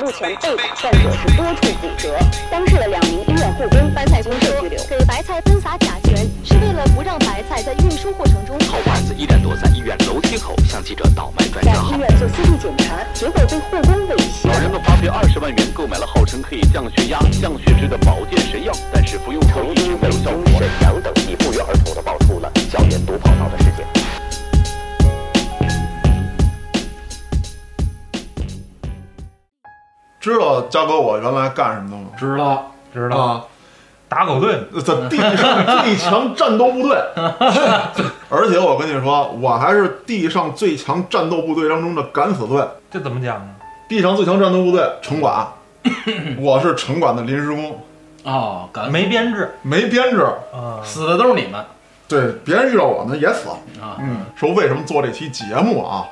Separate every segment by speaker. Speaker 1: 路权被打，战者是多处骨折，当事的两名医院护工白菜公社拘留。
Speaker 2: 给白菜喷洒甲醛，是为了不让白菜在运输过程中。
Speaker 3: 好汉子依然躲在医院楼梯口向记者倒卖专
Speaker 1: 在
Speaker 3: 家
Speaker 1: 医
Speaker 3: 号。
Speaker 1: 院做 CT 检查，结果被护工猥亵。
Speaker 3: 老人们花费二十万元购买了号称可以降血压、降血脂的保健神药，但是服用后一直没有效果。沈阳等地不约而同的爆出了校园毒跑道的事件。
Speaker 4: 知道嘉哥我原来干什么的吗？
Speaker 5: 知道知道，
Speaker 4: 啊，
Speaker 6: 打狗盾，
Speaker 4: 在地上最强战斗部队， 而且我跟你说，我还是地上最强战斗部队当中的敢死队，
Speaker 6: 这怎么讲呢？
Speaker 4: 地上最强战斗部队城 管，我是城管的临时工，
Speaker 5: 哦，敢嗯
Speaker 6: 没编制
Speaker 4: 没编制，
Speaker 6: 啊，
Speaker 5: 死的都是你们
Speaker 4: 对，别人遇到我呢也死。
Speaker 5: 啊！
Speaker 4: 嗯，说为什么做这期节目啊？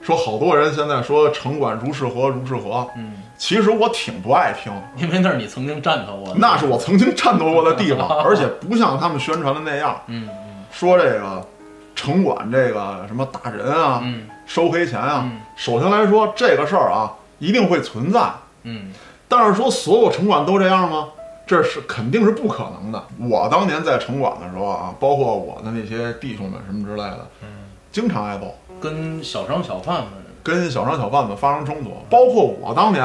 Speaker 4: 说好多人现在说城管如是何如是何，
Speaker 5: 嗯，
Speaker 4: 其实我挺不爱听，
Speaker 5: 因为那是你曾经战斗过的，
Speaker 4: 那是我曾经战斗过的地方，而且不像他们宣传的那样
Speaker 5: 嗯
Speaker 4: 说这个城管这个什么打人啊、
Speaker 5: 嗯
Speaker 4: 收黑钱啊。
Speaker 5: 嗯
Speaker 4: 首先来说这个事儿啊，一定会存在，
Speaker 5: 嗯
Speaker 4: 但是说所有城管都这样吗？这是肯定是不可能的。我当年在城管的时候啊，包括我的那些弟兄们什么之类的，经常挨揍，
Speaker 5: 嗯，跟小商小贩们
Speaker 4: 跟小商小贩子发生冲突，包括我当年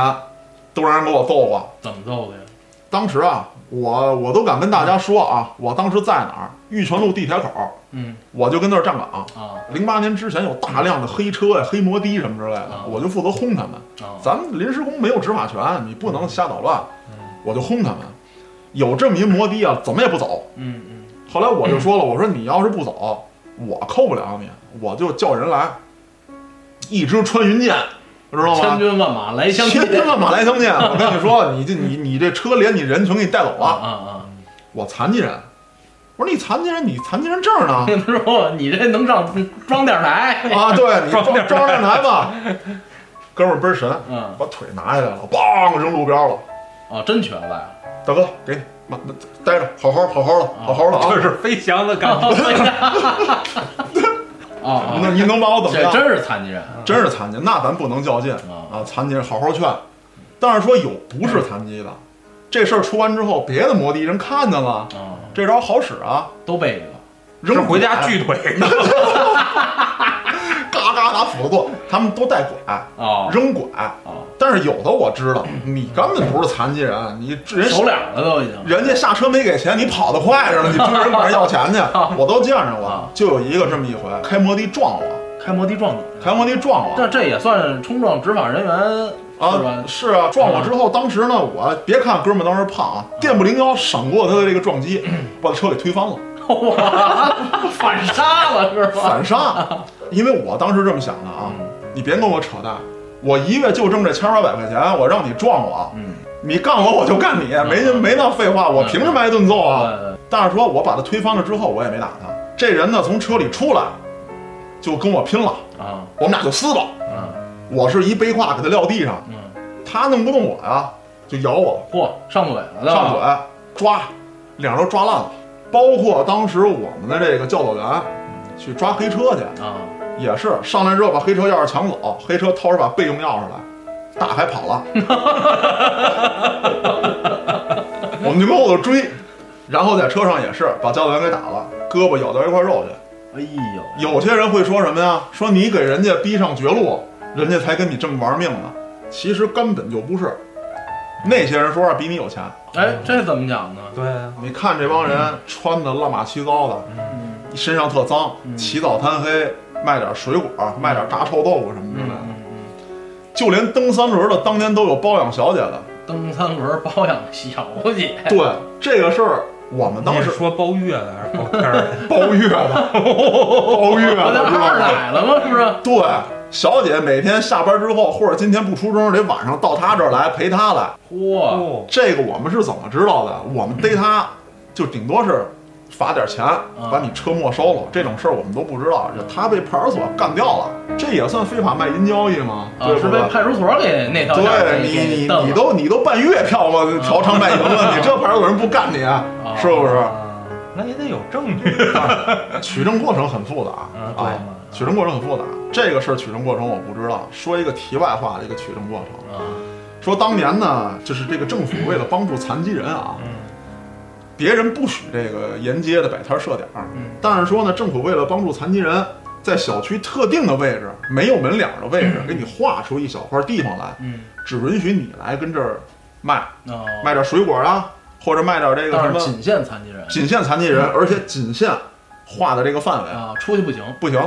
Speaker 4: 都让人给我揍过。
Speaker 5: 怎么揍的呀？
Speaker 4: 当时啊，我我都敢跟大家说啊，我当时在哪儿？玉泉路地铁口，
Speaker 5: 嗯
Speaker 4: 我就跟那儿站岗。
Speaker 5: 啊
Speaker 4: 零八年之前有大量的黑车呀、黑摩的什么之类的
Speaker 5: 啊，
Speaker 4: 我就负责轰他们。
Speaker 5: 啊，
Speaker 4: 咱们临时工没有执法权，你不能瞎捣乱，
Speaker 5: 嗯
Speaker 4: 我就轰他们。有这么一摩的啊，怎么也不走。
Speaker 5: 嗯嗯
Speaker 4: 后来我就说了，我说你要是不走，我扣不了你，我就叫人来，一支穿云箭，知道吗？
Speaker 5: 千军万马来相
Speaker 4: 啊千
Speaker 5: 见
Speaker 4: 军万马来相见。我跟你说，你这你你这车连你人全给你带走
Speaker 5: 啊
Speaker 4: 了。
Speaker 5: 啊啊！
Speaker 4: 我残疾人，我说你残疾人，你残疾人证 呢？
Speaker 5: 他说你这能上装电台？
Speaker 4: 啊，对你装
Speaker 6: 装
Speaker 4: 装
Speaker 6: 电台
Speaker 4: 电台吧。哥们儿倍儿神，
Speaker 5: 嗯
Speaker 4: 把腿拿下来了，梆扔路边了。
Speaker 5: 啊， 真瘸 了呀！
Speaker 4: 大哥，给你，妈那待着，好好好好的，好好的
Speaker 6: 这
Speaker 4: 啊。
Speaker 6: 哦是飞翔的感觉。
Speaker 5: 哎 啊啊
Speaker 4: 那，您能把我怎么
Speaker 5: 这
Speaker 4: 样？
Speaker 5: 真是残疾人
Speaker 4: 真是残疾，那咱不能较劲
Speaker 5: 啊
Speaker 4: 啊！残疾人好好劝，但是说有不是残疾的，这事儿出完之后，别的摩的人看见了，
Speaker 5: 啊，
Speaker 4: 这招好使啊，
Speaker 5: 都背着。啊
Speaker 6: 这
Speaker 4: 扔
Speaker 6: 回家
Speaker 4: 拐
Speaker 6: 锯腿呢，
Speaker 4: 嘎嘎拿斧子剁，他们都带拐，
Speaker 5: 啊
Speaker 4: 扔拐。
Speaker 5: 啊，
Speaker 4: 但是有的我知道，你根本不是残疾人，你人
Speaker 5: 手脸嗯了都已经。
Speaker 4: 人家下车没给钱，你跑得快着呢，你追人管人要钱去，我都见着 过。
Speaker 5: 啊
Speaker 4: 就有一个这么一回，开摩的撞我，
Speaker 5: 开摩的撞你，
Speaker 4: 开摩的撞我
Speaker 5: 那这也算是冲撞执法人员是
Speaker 4: 啊
Speaker 5: 吧，？
Speaker 4: 是啊，撞我之后，当时呢，我别看哥们儿当时胖啊，电不灵腰闪过他的这个撞 击，把他车给推翻了，
Speaker 5: 哇，反杀了是吧？
Speaker 4: 反杀。因为我当时这么想的啊，
Speaker 5: 嗯
Speaker 4: 你别跟我扯淡，我一月就挣这千八百块钱，我让你撞我，
Speaker 5: 嗯，
Speaker 4: 你干我我就干你，没没那废话，我凭什么挨顿揍啊？
Speaker 5: 呃，
Speaker 4: 但是说我把他推翻了之后，我也没打他。这人呢，从车里出来，就跟我拼了，
Speaker 5: 啊，
Speaker 4: 我们俩就撕吧。
Speaker 5: 嗯
Speaker 4: 我是一背胯给他撂地上，
Speaker 5: 嗯，
Speaker 4: 他弄不动我呀，就咬我，
Speaker 5: 嚯，上嘴了，
Speaker 4: 上嘴，
Speaker 5: 啊
Speaker 4: 抓，脸都抓烂了。包括当时我们的这个教导员
Speaker 5: 嗯
Speaker 4: 去抓黑车去，
Speaker 5: 嘴啊，
Speaker 4: 也是上来之后把黑车钥匙抢走，黑车掏出把备用钥匙来，打开跑了。我们就跟后头追，然后在车上也是把教导员给打了，胳膊咬到一块肉去。
Speaker 5: 哎呦，
Speaker 4: 有些人会说什么呀？说你给人家逼上绝路，人家才跟你这么玩命呢。其实根本就不是，那些人说话比你有钱。
Speaker 5: 哎，这怎么讲呢？
Speaker 6: 对啊，
Speaker 4: 你看这帮人穿的乱码七糟的，
Speaker 5: 嗯
Speaker 4: 身上特脏，
Speaker 5: 嗯
Speaker 4: 起早贪黑卖点水果，卖点炸臭豆腐什么之类的。
Speaker 5: 嗯，
Speaker 4: 就连蹬三轮的当年都有包养小姐的。
Speaker 5: 蹬三轮包养小姐，
Speaker 4: 对这个事儿，我们当
Speaker 6: 你是
Speaker 4: 时
Speaker 6: 说包月的还是包天儿的？
Speaker 4: 包月 的，包月
Speaker 5: 我
Speaker 4: 的
Speaker 5: 在
Speaker 4: 知
Speaker 5: 二
Speaker 4: 道吗？
Speaker 5: 奶了吗？是不是？
Speaker 4: 对，小姐每天下班之后，或者今天不出钟，得晚上到她这儿来陪她来。
Speaker 5: 嚯，
Speaker 6: 哦，
Speaker 4: 这个我们是怎么知道的？我们逮她，就顶多是罚点钱，
Speaker 5: 嗯
Speaker 4: 把你车没收了。这种事儿我们都不知道。她被派出所干掉了，这也算非法卖淫交易吗？
Speaker 5: 啊
Speaker 4: 对，
Speaker 5: 是
Speaker 4: 不
Speaker 5: 被
Speaker 4: 对？
Speaker 5: 派出所给那条
Speaker 4: 对你你你都你都办月票吗？嫖娼卖淫
Speaker 5: 啊
Speaker 4: 了，你这派出所人不干你，是不是？
Speaker 6: 啊那也得有证 据
Speaker 4: 取证过程很复杂
Speaker 6: 嗯对
Speaker 4: 啊，取证过程很复杂。这个事儿取证过程我不知道。说一个题外话，这个取证过程，
Speaker 5: 啊
Speaker 4: 说当年呢，就是这个政府为了帮助残疾人啊，
Speaker 5: 嗯
Speaker 4: 别人不许这个沿街的摆摊设点儿
Speaker 5: 嗯，
Speaker 4: 但是说呢，政府为了帮助残疾人，在小区特定的位置，没有门脸儿的位置，给你划出一小块地方来，
Speaker 5: 嗯，
Speaker 4: 只允许你来跟这儿卖，
Speaker 5: 哦，
Speaker 4: 卖点水果啊，或者卖点这个什
Speaker 5: 但是
Speaker 4: 么，
Speaker 5: 仅限残疾人
Speaker 4: 仅限残疾人，而且仅限划的这个范围
Speaker 5: 啊，出去不行，
Speaker 4: 不行，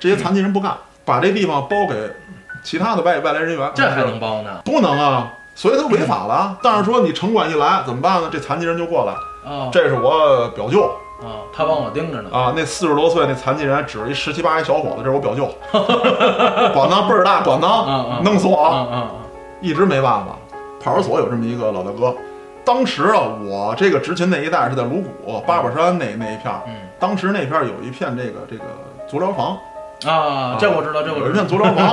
Speaker 4: 这些残疾人不干，把这地方包给其他的外外来人员，
Speaker 5: 这还能包呢？
Speaker 4: 不能啊，所以他违法
Speaker 5: 嗯
Speaker 4: 了。但是说你城管一来怎么办呢？这残疾人就过来，
Speaker 5: 哦，
Speaker 4: 这是我表舅
Speaker 5: 哦，他帮我盯着呢。
Speaker 4: 啊，那四十多岁那残疾人指着一十七八一小伙子，这是我表舅， 管他倍儿大，管
Speaker 5: 嗯
Speaker 4: 他
Speaker 5: 嗯
Speaker 4: 弄死我
Speaker 5: 啊
Speaker 4: 啊，
Speaker 5: 啊
Speaker 4: 一直没办法。派出所有这么一个老大哥，当时啊，我这个执勤那一带是在鲁谷、八宝山那那一片儿，
Speaker 5: 嗯
Speaker 4: 当时那片儿有一片这个这个足疗房，
Speaker 5: 啊啊！这我知道，这
Speaker 4: 有
Speaker 5: 我
Speaker 4: 一
Speaker 5: 知道
Speaker 4: 片。足疗房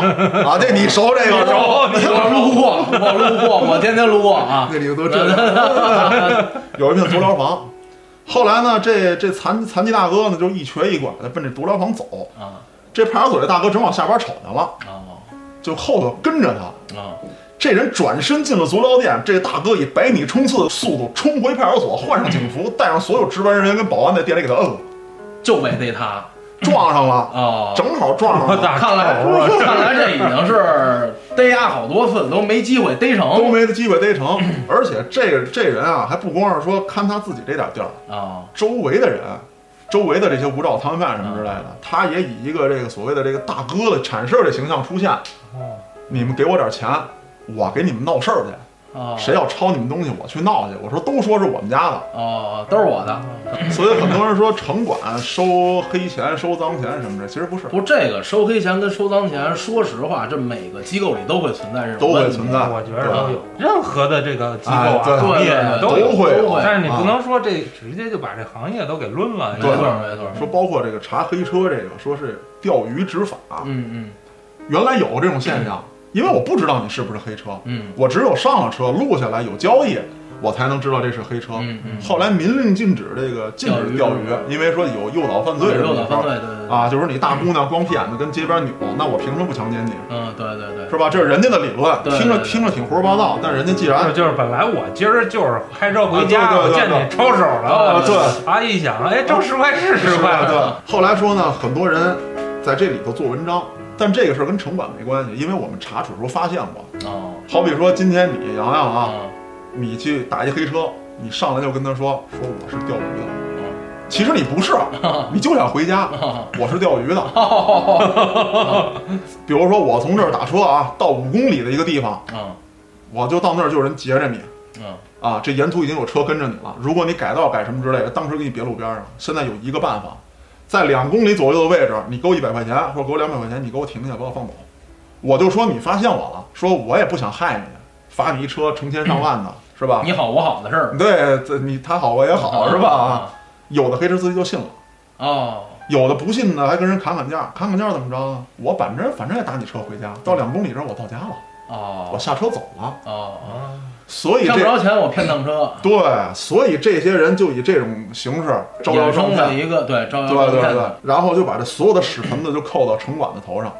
Speaker 4: 啊，这你熟这 个熟。
Speaker 5: 我 路过，我路过，我天天路过啊
Speaker 4: 那。里头都这样， 有一片足疗房。后来呢，这这残残疾大哥呢，就一瘸一拐的奔这足疗房走。
Speaker 5: 啊
Speaker 4: 这派出所这大哥正往下边瞅去了，
Speaker 5: 哦
Speaker 4: 就后头跟着他。
Speaker 5: 啊
Speaker 4: 这人转身进了足疗店，这大哥以百米冲刺的速度冲回派出所，换上警服，带上所有值班人员跟保安在店里给他摁了，
Speaker 5: 就违背他
Speaker 4: 撞上了，
Speaker 5: 哦。
Speaker 4: 正好撞上
Speaker 6: 我
Speaker 4: 了，
Speaker 6: 大
Speaker 5: 看来
Speaker 6: 仇啊这
Speaker 5: 看来这已经是逮他好多次都没机会逮
Speaker 4: 都
Speaker 5: 成
Speaker 4: 没机会逮成。而且这个这人啊，还不光是说看他自己这点地儿，
Speaker 5: 啊
Speaker 4: 周围的人，周围的这些无照摊贩什么之类的，他也以一个这个所谓的这个大哥的铲事儿的形象出现。
Speaker 6: 哦，
Speaker 4: 你们给我点钱，我给你们闹事儿去。
Speaker 5: 啊！
Speaker 4: 谁要抄你们东西，我去闹去。我说都说是我们家的，
Speaker 5: 哦，都是我
Speaker 6: 啊
Speaker 5: 的。
Speaker 4: 所以很多人说城管收黑钱、收脏钱什么的，其实不是，
Speaker 5: 不，这个收黑钱跟收赃钱，说实话，这每个机构里都会存在这种
Speaker 4: 都
Speaker 5: 问
Speaker 4: 会
Speaker 5: 题
Speaker 4: 存在。
Speaker 6: 我觉得
Speaker 4: 啊
Speaker 6: 都
Speaker 4: 对
Speaker 6: 有，任何的这个机构啊，
Speaker 4: 哎对
Speaker 6: 行业
Speaker 5: 对
Speaker 6: 啊
Speaker 5: 对
Speaker 6: 都
Speaker 5: 对
Speaker 6: 有，
Speaker 4: 会
Speaker 5: 都
Speaker 4: 有
Speaker 5: 会
Speaker 6: 但是你不能说这直接就把这行业都给抡了。
Speaker 5: 没
Speaker 4: 对
Speaker 5: 错没错。
Speaker 4: 说包括这个查黑车，这个说是钓鱼执法，
Speaker 5: 嗯
Speaker 4: 原来有这种现象，因为我不知道你是不是黑车，
Speaker 5: 嗯
Speaker 4: 我只有上了车，录下来有交易，我才能知道这是黑车。
Speaker 5: 嗯嗯
Speaker 4: 后来明令禁止这个禁止
Speaker 5: 钓
Speaker 4: 钓
Speaker 5: 鱼
Speaker 4: 鱼，因为说有诱导犯
Speaker 5: 嗯，
Speaker 4: 罪什么
Speaker 5: 诱
Speaker 4: 的
Speaker 5: 导犯罪，对对对。
Speaker 4: 啊，就是你大姑娘光屁眼子跟街边扭，那我凭什么不强奸你？
Speaker 5: 嗯，对对对。
Speaker 4: 是吧？这是人家的理论，
Speaker 5: 对对
Speaker 4: 听着
Speaker 5: 对
Speaker 4: 听着挺胡说八道，但人家既
Speaker 6: 就
Speaker 4: 然
Speaker 6: 就是本来我今儿就是开车回家，
Speaker 4: 啊对对
Speaker 6: 我
Speaker 4: 对
Speaker 6: 见
Speaker 4: 对
Speaker 6: 你抄手了，
Speaker 5: 啊
Speaker 6: 我
Speaker 4: 对啊
Speaker 6: 啊一想，哎，挣十块是十块，
Speaker 4: 哎对，后来说呢，很多人在这里头做文章，但这个事儿跟城管没关系，因为我们查处时候发现过。
Speaker 5: 哦
Speaker 4: 好比说今天你洋洋啊，
Speaker 5: 啊
Speaker 4: 你去打一黑车，你上来就跟他说说我是钓鱼的，其实你不是，啊你就想回家。我是钓鱼的。比如说我从这儿打车啊，到五公里的一个地方，
Speaker 5: 啊
Speaker 4: 我就到那儿就有人截着你
Speaker 5: 啊！
Speaker 4: 啊，这沿途已经有车跟着你了。如果你改道改什么之类的，当时给你别路边上。现在有一个办法，在两公里左右的位置，你给我一百块钱或者给我两百块钱，你给我停下把我放走。我就说你发现我了，说我也不想害你，罚你一车成千上万的，是吧？
Speaker 5: 你好我好的事儿，
Speaker 4: 对，这你他好我也 好是吧？啊，有的黑车司机就信了，
Speaker 5: 哦，
Speaker 4: 有的不信呢还跟人砍砍价，砍砍价怎么着呢？我反正反正也打你车回家，到两公里这儿我到家了，我
Speaker 5: 哦，
Speaker 4: 下车走了。
Speaker 5: 哦哦，
Speaker 4: 所以
Speaker 5: 看不
Speaker 4: 这
Speaker 5: 着钱我骗趟车，
Speaker 4: 对，所以这些人就以这种形式招摇
Speaker 5: 衍
Speaker 4: 撞
Speaker 5: 生的
Speaker 4: 骗，
Speaker 5: 一个对招
Speaker 4: 对
Speaker 5: 摇
Speaker 4: 对
Speaker 5: 撞骗
Speaker 4: 对
Speaker 5: 的，，
Speaker 4: 然后就把这所有的屎盆子就扣到城管的头上。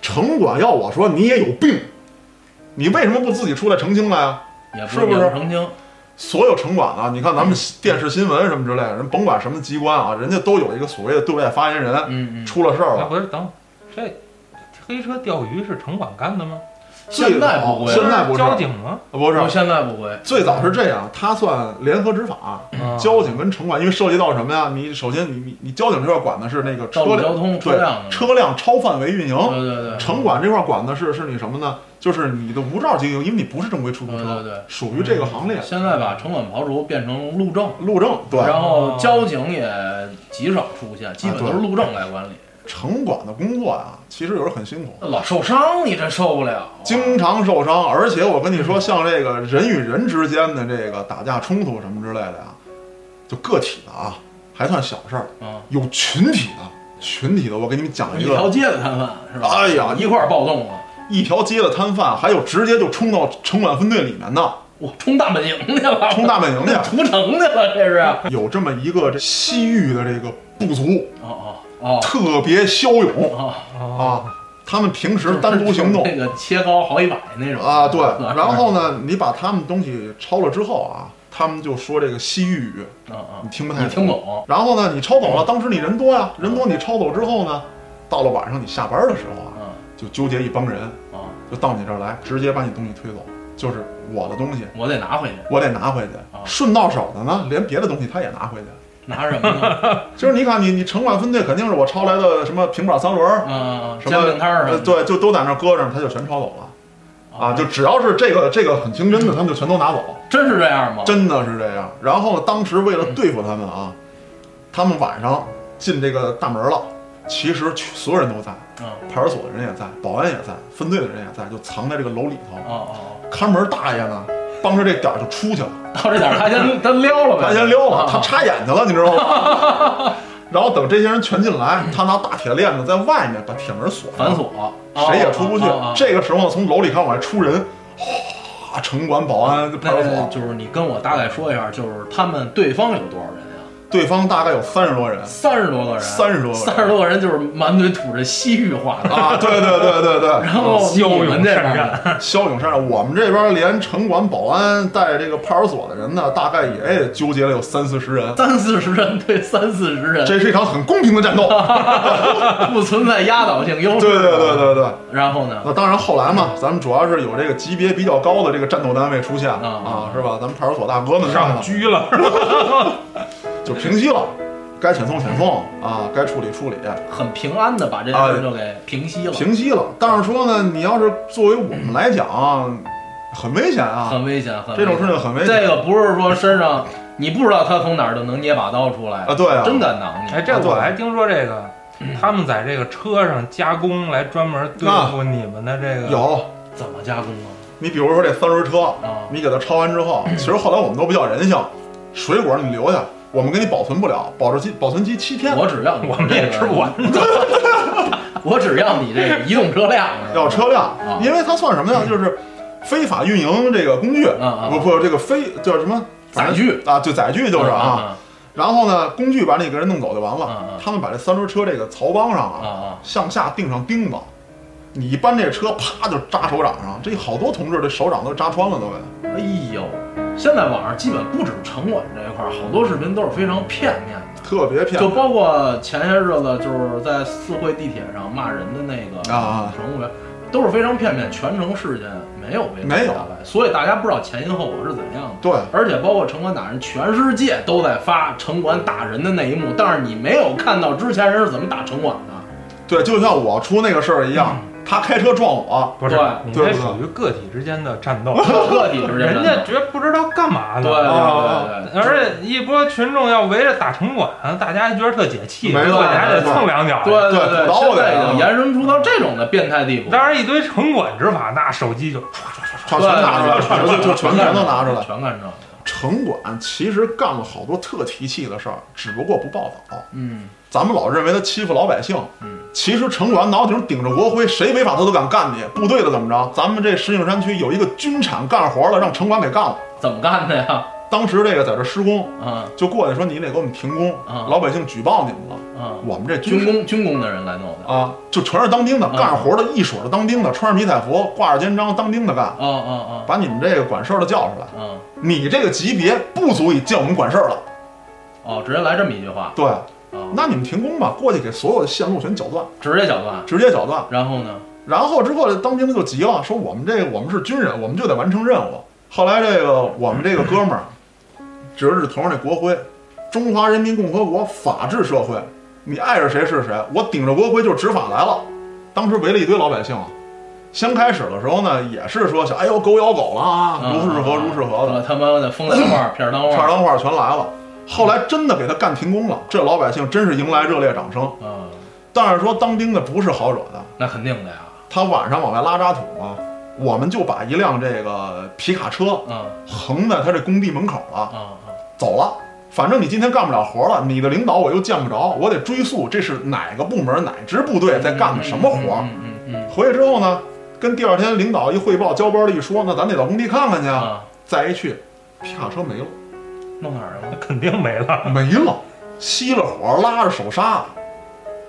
Speaker 4: 城管要我说你也有病，你为什么不自己出来澄清来啊？
Speaker 5: 也
Speaker 4: 是不是
Speaker 5: 也成精？
Speaker 4: 所有城管啊，你看咱 们电视新闻什么之类的，人甭管什么机关啊，人家都有一个所谓的对外发言人，
Speaker 5: 嗯嗯。
Speaker 4: 出了事儿
Speaker 6: 哎，
Speaker 4: 了。
Speaker 6: 不是等这黑车钓鱼是城管干的吗？
Speaker 4: 最
Speaker 5: 现在不
Speaker 4: 早
Speaker 5: 会
Speaker 4: 现在不
Speaker 6: 交
Speaker 4: 是，呃
Speaker 6: 警吗？
Speaker 4: 不
Speaker 5: 我
Speaker 4: 是，
Speaker 5: 现在不会，
Speaker 4: 最早是这样，他算联合执法，
Speaker 6: 啊
Speaker 4: 嗯交警跟城管，因为涉及到什么呀？你首先你你你交警这块管的是那个车
Speaker 5: 道路
Speaker 4: 辆，
Speaker 5: 交通车
Speaker 4: 对
Speaker 5: 辆的，嗯
Speaker 4: 车辆超范围运营，
Speaker 5: 对对对，
Speaker 4: 城管这块管的是是你什么呢？就是你的无照经营，因为你不是正规出租
Speaker 5: 对对
Speaker 4: 车，
Speaker 5: 对。
Speaker 4: 属于这个行列，
Speaker 5: 现在把城管刨除变成路政，
Speaker 4: 路政对啊
Speaker 5: 然后交警也极少出现，基本都是
Speaker 4: 对
Speaker 5: 路政来管理。
Speaker 4: 城管的工作啊，其实有时候很辛苦。
Speaker 5: 老受伤，你这受不了啊。
Speaker 4: 经常受伤，而且我跟你说，像这个人与人之间的这个打架冲突什么之类的啊，就个体的啊，还算小事儿。
Speaker 5: 啊，
Speaker 4: 有群体的，群体的，我给你们讲
Speaker 5: 一
Speaker 4: 一
Speaker 5: 条
Speaker 4: 个，
Speaker 5: 街的摊贩是吧？
Speaker 4: 哎呀
Speaker 5: 一块儿暴动了，
Speaker 4: 一条街的摊贩，还有直接就冲到城管分队里面 的，
Speaker 5: 我冲大本营去了，
Speaker 4: 冲大本营去。
Speaker 5: 屠城去了，这是。
Speaker 4: 有这么一个这西域的这个部族，
Speaker 5: 哦哦哦
Speaker 4: 特别骁勇
Speaker 5: 哦
Speaker 4: 啊，他们平时单独行动
Speaker 5: 那个切糕好几百 那种
Speaker 4: 啊，对。然后呢，你把他们东西抄了之后啊，他们就说这个西域语，
Speaker 5: 啊啊
Speaker 4: 你，听不太
Speaker 5: 你听不。懂，
Speaker 4: 然后呢，你抄走了，当时你人多呀，人多你抄走之后呢，到了晚上你下班的时候啊，
Speaker 5: 嗯
Speaker 4: 就纠结一帮人，
Speaker 5: 啊，
Speaker 4: 就到你这儿来，直接把你东西推走，就是我的东西，
Speaker 5: 我得拿回去，
Speaker 4: 我得拿回去
Speaker 5: 啊。
Speaker 4: 顺到手的呢，连别的东西他也拿回去。
Speaker 5: 拿什 么呢？
Speaker 4: 就是你看你你城管分队肯定是我抄来的什么平板三轮儿，
Speaker 5: 嗯，
Speaker 4: 什
Speaker 5: 煎
Speaker 4: 么
Speaker 5: 饼摊儿什
Speaker 4: 呃
Speaker 5: 么的
Speaker 4: 对，就都在那儿搁着，他就全抄走了。啊，就只要是这个这个很清真的，他们就全都拿走，
Speaker 5: 真是这样吗？
Speaker 4: 真的是这样。然后当时为了对付他们
Speaker 5: 嗯
Speaker 4: 啊，他们晚上进这个大门了，其实去所有人都在，
Speaker 5: 嗯
Speaker 4: 派出所的人也在，保安也在，分队的人也在，就藏在这个楼里头。
Speaker 5: 哦
Speaker 4: 看门大爷呢，帮着这点儿就出去了，
Speaker 5: 哦，到这点儿他先他撩了呗，
Speaker 4: 他先溜了，
Speaker 5: 啊
Speaker 4: 他插眼去了，你知道吗？ 然后等这些人全进来，他拿大铁链子在外面把铁门锁上
Speaker 5: 反，锁，
Speaker 4: 谁也出不去
Speaker 5: 哦哦哦哦。
Speaker 4: 这个时候从楼里看往外出人，哗，城管、保安、派出
Speaker 5: 那
Speaker 4: 所，
Speaker 5: 就是你跟我大概说一下，就是他们对方有多少人呀？
Speaker 4: 对方大概有三十多人
Speaker 5: 三十多个人，
Speaker 4: 30多个人
Speaker 5: 三十多个人就是满嘴吐着西域话 的，
Speaker 4: 啊！对对对对 对，
Speaker 5: 然后
Speaker 6: 骁
Speaker 5: 你
Speaker 6: 勇
Speaker 5: 们这边
Speaker 4: 哦
Speaker 6: 善
Speaker 5: 儿
Speaker 4: 骁勇善战。我们这边连城管、保安带这个派出所的人呢，大概也纠结了有三四十 人。
Speaker 5: 三四十人对三四十人，
Speaker 4: 这是一场很公平的战斗。
Speaker 5: 不存在压倒性优势。
Speaker 4: 对对对。对对。
Speaker 5: 然后呢？
Speaker 4: 那当然，后来嘛，咱们主要是有这个级别比较高的这个战斗单位出现啊，是吧？咱们派出所大哥们上
Speaker 6: 上
Speaker 4: 了，
Speaker 6: 狙了，
Speaker 4: 就平息了，该遣送遣送啊，该处理处理。
Speaker 5: 很平安的把这件事就给平息了，
Speaker 4: 啊平息了。但是说呢，你要是作为我们来讲，很危险啊，
Speaker 5: 很危险，很危险
Speaker 4: 这种事情很危险
Speaker 5: 这个不是说身上你不知道他从哪儿就能捏把刀出来
Speaker 4: 啊。对啊，
Speaker 5: 真敢挠你。
Speaker 6: 哎，这我还听说这个，他们在这个车上加工来专门对付你们的这个。
Speaker 4: 啊有。
Speaker 5: 怎么加工啊？
Speaker 4: 你比如说这三轮车
Speaker 5: 啊，
Speaker 4: 你给它抄完之 后，其实后来我们都比较人性，水果你留下，我们给你保存不了，保质期保存期七天。
Speaker 5: 我只要你
Speaker 6: 我们也
Speaker 5: 这个
Speaker 6: 吃不完，
Speaker 5: 我只要你这个移动车辆是吧
Speaker 4: 要车辆，
Speaker 5: 啊
Speaker 4: 因为它算什么
Speaker 5: 嗯
Speaker 4: 呀？就是非法运营这个工具，
Speaker 5: 啊啊
Speaker 4: 不不，这个非叫什么
Speaker 5: 载具
Speaker 4: 啊？对，载具就是啊。
Speaker 5: 啊
Speaker 4: 然后呢，工具把你给人弄走就完了。
Speaker 5: 啊啊
Speaker 4: 他们把这三轮车这个槽帮上
Speaker 5: 啊啊！
Speaker 4: 向下钉上钉子，你一搬这车，啪就扎手掌上，这好多同志这手掌都扎穿了都给。
Speaker 5: 哎呦，现在网上基本不止城管这一块儿，好多视频都是非常片面的。
Speaker 4: 特别骗
Speaker 5: 就
Speaker 4: 人。
Speaker 5: 包括前些日子就是在四惠地铁上骂人的那个
Speaker 4: 啊啊
Speaker 5: 乘务员，都是非常片面，全程事件没有被
Speaker 4: 没有
Speaker 5: 下来，所以大家不知道前因后果是怎样的。
Speaker 4: 对，
Speaker 5: 而且包括城管打人，全世界都在发城管打人的那一幕，但是你没有看到之前人是怎么打城管的。
Speaker 4: 对，就像我出那个事儿一样，
Speaker 5: 嗯
Speaker 4: 他开车撞我，
Speaker 6: 不是
Speaker 5: 对
Speaker 6: 你
Speaker 4: 对
Speaker 6: 这
Speaker 4: 不对
Speaker 6: 属于个体之间的战斗，
Speaker 5: 彻底是
Speaker 6: 人
Speaker 5: 真
Speaker 6: 家
Speaker 5: 的。
Speaker 6: 绝不知道干嘛
Speaker 5: 对
Speaker 6: 呢。
Speaker 5: 对
Speaker 4: 啊
Speaker 5: 对对，
Speaker 6: 而且一波群众要围着打城管，大家觉得特解气，
Speaker 4: 没错
Speaker 6: 过去还得蹭两脚。
Speaker 5: 对
Speaker 4: 对土
Speaker 5: 对，
Speaker 4: 刀
Speaker 5: 现
Speaker 4: 的啊
Speaker 5: 在
Speaker 4: 呀
Speaker 5: 已经延伸出到这种的变态地步，
Speaker 6: 当然一堆城管执法，那手机就
Speaker 4: 全拿出来，
Speaker 5: 对
Speaker 4: 全
Speaker 5: 对对
Speaker 4: 就全全都拿出来。
Speaker 5: 全干这个。
Speaker 4: 城管其实干了好多特提气的事儿，只不过不报道。
Speaker 5: 嗯，
Speaker 4: 咱们老认为他欺负老百姓，
Speaker 5: 嗯，
Speaker 4: 其实城管脑顶顶着国徽，谁违法他都敢干你。部队的怎么着？咱们这石景山区有一个军产干活的，让城管给干了。
Speaker 5: 怎么干的呀？
Speaker 4: 当时这个在这施工，
Speaker 5: 啊
Speaker 4: 就过去说你得给我们停工，
Speaker 5: 啊
Speaker 4: 老百姓举报你们了。
Speaker 5: 啊，
Speaker 4: 我们这
Speaker 5: 军
Speaker 4: 工
Speaker 5: 工军工的人来弄的。
Speaker 4: 啊，就全是当兵的，
Speaker 5: 啊
Speaker 4: 干活的一水的当兵的，穿着迷彩服，挂着肩章，当兵的干，
Speaker 5: 哦哦
Speaker 4: 把你们这个管事儿的叫出来
Speaker 5: 哦。哦
Speaker 4: 你这个级别不足以见我们管事儿了。
Speaker 5: 哦，直接来这么一句话，
Speaker 4: 对，
Speaker 5: 哦
Speaker 4: 那你们停工吧，过去给所有的线路全绞断，
Speaker 5: 直接搅断。
Speaker 4: 直接绞断。
Speaker 5: 然后呢？
Speaker 4: 然后之后，这当兵的就急了，说我们这个我们是军人，我们就得完成任务。后来这个我们这个哥们儿，指着头上那国徽，中华人民共和国法治社会，你爱着谁是谁，我顶着国徽就执法来了。当时围了一堆老百姓啊。先开始的时候呢，也是说想，哎呦，狗咬狗了啊，如是
Speaker 5: 啊
Speaker 4: 和如是和的，
Speaker 5: 啊他妈 的风凉话、片儿当
Speaker 4: 片儿
Speaker 5: 话。
Speaker 4: 当画全来了。后来真的给他干停工了，这老百姓真是迎来热烈掌声。
Speaker 5: 嗯，
Speaker 4: 但是说当兵的不是好惹的，
Speaker 5: 那肯定的呀。
Speaker 4: 他晚上往外拉渣土嘛，我们就把一辆这个皮卡车
Speaker 5: 嗯
Speaker 4: 横在他这工地门口了，
Speaker 5: 嗯嗯，
Speaker 4: 走了。反正你今天干不了活了，你的领导我又见不着，我得追溯这是哪个部门哪支部队在干的什么活。
Speaker 5: 嗯嗯嗯嗯
Speaker 4: 回去之后呢，跟第二天领导一汇报，交班了一说，那咱得到工地看看去
Speaker 5: 嗯
Speaker 4: 啊。
Speaker 5: 啊，
Speaker 4: 再一去，皮卡车没了。
Speaker 5: 弄哪儿去了？
Speaker 6: 肯定没了。
Speaker 4: 没了，熄了火，拉着手刹，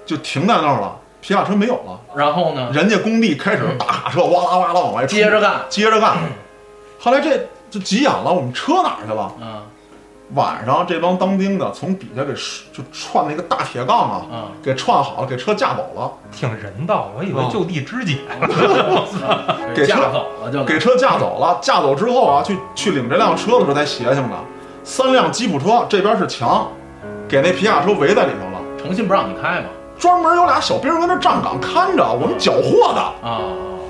Speaker 4: 就停在那儿了。皮卡车没有了，
Speaker 5: 然后呢，
Speaker 4: 人家工地开始大卡车哇啦哇啦往外冲
Speaker 5: 嗯接着干，
Speaker 4: 接着干。后来这就急眼了，我们车哪儿去了？
Speaker 5: 啊
Speaker 4: 晚上这帮当兵的从底下给就串那个大铁杠啊，
Speaker 5: 啊，
Speaker 4: 给串好了，给车架走了，
Speaker 6: 挺人道，我以为
Speaker 4: 啊
Speaker 6: 就地肢解。
Speaker 4: 给车
Speaker 5: 架走了就
Speaker 4: 给车架走了。架走之后啊，去去领这辆车的时候才邪性呢，三辆吉普车这边是墙，给那皮卡车围在里头了。
Speaker 5: 诚信不让你开嘛，
Speaker 4: 专门有俩小兵跟那站岗看着我们缴获的。
Speaker 5: 啊，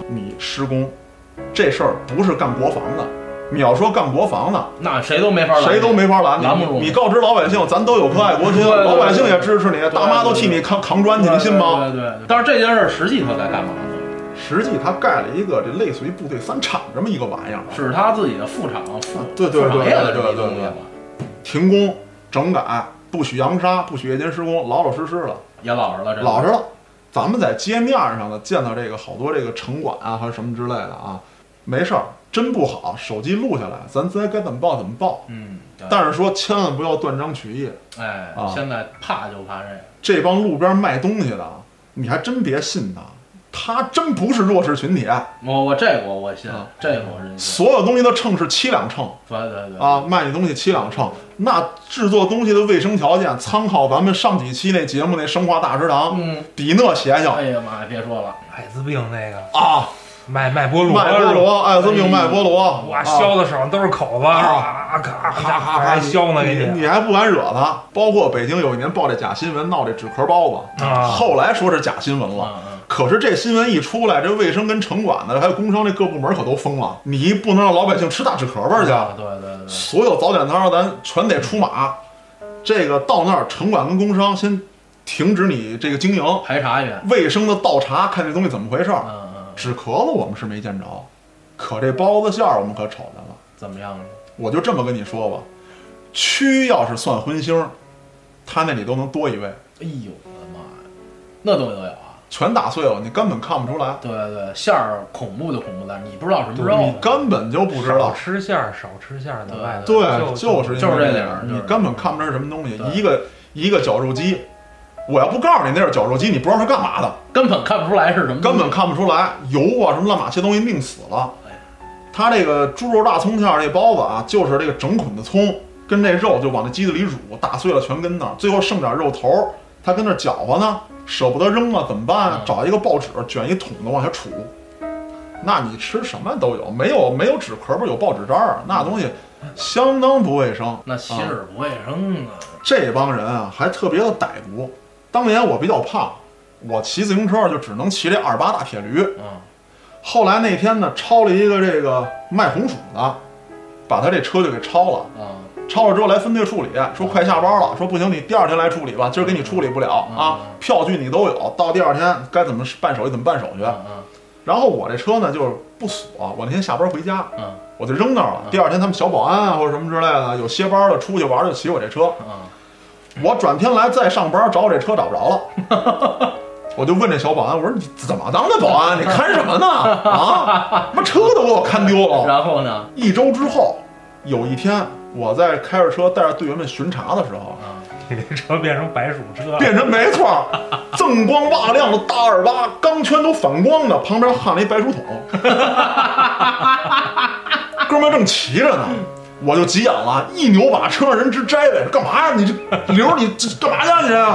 Speaker 4: 你施工，这事儿不是干国防的。你要说干国防的，
Speaker 5: 那谁都没法拦你，
Speaker 4: 谁都没法拦
Speaker 5: 拦不住
Speaker 4: 你。你告知老百姓，咱都有颗爱国心，
Speaker 5: 对对对
Speaker 4: 老百姓也支持你，大妈都替你扛扛砖去，你信吗？
Speaker 5: 对对对对，但是这件事儿实际他在干嘛呢？
Speaker 4: 实际他盖了一个这类似于部队三厂这么一个玩意儿，
Speaker 5: 是他自己的副厂副
Speaker 4: 啊对对
Speaker 5: 副厂
Speaker 4: 对
Speaker 5: 业的
Speaker 4: 对
Speaker 5: 这
Speaker 4: 对
Speaker 5: 么一东西
Speaker 4: 对
Speaker 5: 吧，
Speaker 4: 停工整改，不许扬沙，不许夜间施工，老老实实的。
Speaker 5: 也老实了，这
Speaker 4: 老实了。咱们在街面上呢见到这个好多这个城管啊，还是什么之类的啊，没事儿，真不好，手机录下来，咱该该怎么报怎么报。
Speaker 5: 嗯，对
Speaker 4: 但是说千万不要断章取义，
Speaker 5: 哎
Speaker 4: 啊，
Speaker 5: 现在怕就怕这个，
Speaker 4: 这帮路边卖东西的啊，你还真别信他，他真不是弱势群体，
Speaker 5: 我我这个我我信
Speaker 4: 啊，
Speaker 5: 这个我是信，
Speaker 4: 所有东西都称是七两称
Speaker 5: 对对对，
Speaker 4: 啊，卖你东西七两称。那制作东西的卫生条件，参考咱们上几期那节目那生化大食堂，
Speaker 5: 嗯，
Speaker 4: 比那邪性
Speaker 5: 哎呀妈呀，别说了，
Speaker 6: 艾滋病那个
Speaker 4: 啊！
Speaker 6: 卖卖菠萝，
Speaker 4: 卖菠萝，艾滋
Speaker 5: 哎
Speaker 4: 病卖菠萝，
Speaker 6: 哇，
Speaker 4: 啊
Speaker 6: 削的手上都是口子，
Speaker 4: 啊
Speaker 6: 啊咔咔咔
Speaker 4: 啊
Speaker 6: 还削呢，给
Speaker 4: 你，你还不敢惹他。包括北京有一年报这假新闻，闹这纸壳包子，
Speaker 6: 啊，
Speaker 4: 后来说是假新闻了。
Speaker 5: 嗯嗯，
Speaker 4: 可是这新闻一出来，这卫生跟城管的还有工商这各部门可都疯了。你不能让老百姓吃大纸壳儿去，
Speaker 6: 嗯
Speaker 5: 啊对对对，
Speaker 4: 所有早点摊儿咱全得出马。这个到那儿，城管跟工商先停止你这个经营，
Speaker 5: 排查员，
Speaker 4: 卫生的倒查，看这东西怎么回事儿。
Speaker 5: 嗯嗯，
Speaker 4: 纸壳子我们是没见着，可这包子馅儿我们可瞅见了。
Speaker 5: 怎么样呢？
Speaker 4: 我就这么跟你说吧，蛆要是算荤腥儿，他那里都能多一位，
Speaker 5: 哎呦我的妈呀，那东西都有啊，
Speaker 4: 全打碎了，你根本看不出来，
Speaker 5: 对对，馅儿恐怖就恐怖在你不知道什么
Speaker 6: 对
Speaker 5: 肉啊
Speaker 6: 你
Speaker 5: 呢，
Speaker 4: 根本就不知道
Speaker 6: 少。吃馅儿，少吃馅儿的卖的，
Speaker 4: 对，
Speaker 6: 就是
Speaker 4: 因为
Speaker 5: 就是这
Speaker 4: 这
Speaker 5: 点儿就是
Speaker 4: 你根本看不出来是什么东西
Speaker 5: 对。
Speaker 4: 一个一个绞肉机，我要不告诉你那是绞肉机，你不知道是干嘛的，
Speaker 5: 根本看不出来是什么东
Speaker 4: 根
Speaker 5: 西，
Speaker 4: 本看不出来油啊什么乱码些东西拧死了
Speaker 5: 哎呀。
Speaker 4: 他这个猪肉大葱馅儿这包子啊，就是这个整捆的葱跟这肉就往这机子里煮，打碎了全跟那儿，最后剩点肉头儿，他跟那儿搅和呢，舍不得扔啊，怎么办啊
Speaker 5: 嗯？
Speaker 4: 找一个报纸卷一桶的往下杵。那你吃什么都有，没有没有纸壳儿不有报纸渣儿，那东西相当不卫生。
Speaker 5: 那洗耳不卫生啊，
Speaker 4: 这帮人啊，还特别的歹毒。当年我比较胖，我骑自行车就只能骑这二八大铁驴。
Speaker 5: 嗯，
Speaker 4: 后来那天呢，抄了一个这个卖红薯的，把他这车就给抄了。
Speaker 5: 啊
Speaker 4: 抄了之后来分队处理，说快下班了，说不行，你第二天来处理吧，今儿给你处理不了啊
Speaker 5: 嗯嗯，
Speaker 4: 票据你都有，到第二天该怎么办手续怎么办手续。
Speaker 5: 嗯
Speaker 4: 然后我这车呢就是不锁，我那天下班回家，
Speaker 5: 嗯
Speaker 4: 我就扔那儿了。第二天他们小保安啊或者什么之类的，有歇班的出去玩就骑我这车，
Speaker 5: 嗯嗯，
Speaker 4: 我转天来再上班找我这车找不着了， 我就问这小保安，我说你怎么当的保安？你看什么呢？啊，妈车都给我看丢了。
Speaker 5: 然后呢？
Speaker 4: 一周之后，有一天我在开着车带着队员们巡查的时候，
Speaker 5: 啊，
Speaker 6: 你这车 变成白薯车了，
Speaker 4: 变成没错儿，锃光瓦亮的大二八，钢圈都反光的，旁边焊了一白书筒。哥们儿正骑着呢，我就急眼了，一扭把车上人直摘呗，干嘛呀？你这刘儿，你这干嘛去你这？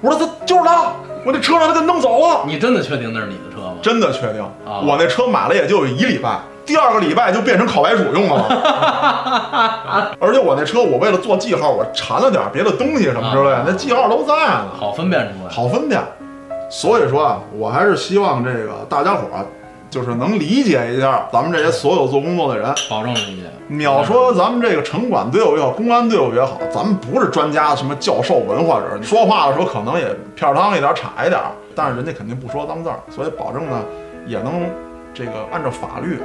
Speaker 4: 我说他就是他，我这车让他给弄走了。
Speaker 5: 你真的确定那是你的车吗？
Speaker 4: 真的确定，
Speaker 5: 啊
Speaker 4: 我那车买了也就有一礼拜，第二个礼拜就变成烤白薯用了。 而且我那车，我为了做记号，我缠了点别的东西什么之类的
Speaker 5: 啊，
Speaker 4: 那记号都在呢。
Speaker 5: 好分辨出来，
Speaker 4: 好分辨。所以说啊，我还是希望这个大家伙儿啊就是能理解一下咱们这些所有做工作的人。
Speaker 5: 保证理解。
Speaker 4: 你要说咱们这个城管队伍也好，公安队伍也好，咱们不是专家，什么教授、文化人，说话的时候可能也片儿汤一点儿、岔一点儿，但是人家肯定不说脏字儿，所以保证呢也能这个按照法律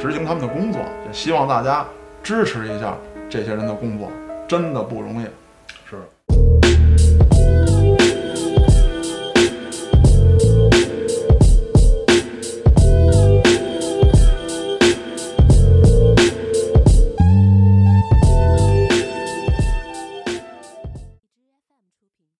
Speaker 4: 执行他们的工作。也希望大家支持一下这些人的工作，真的不容易。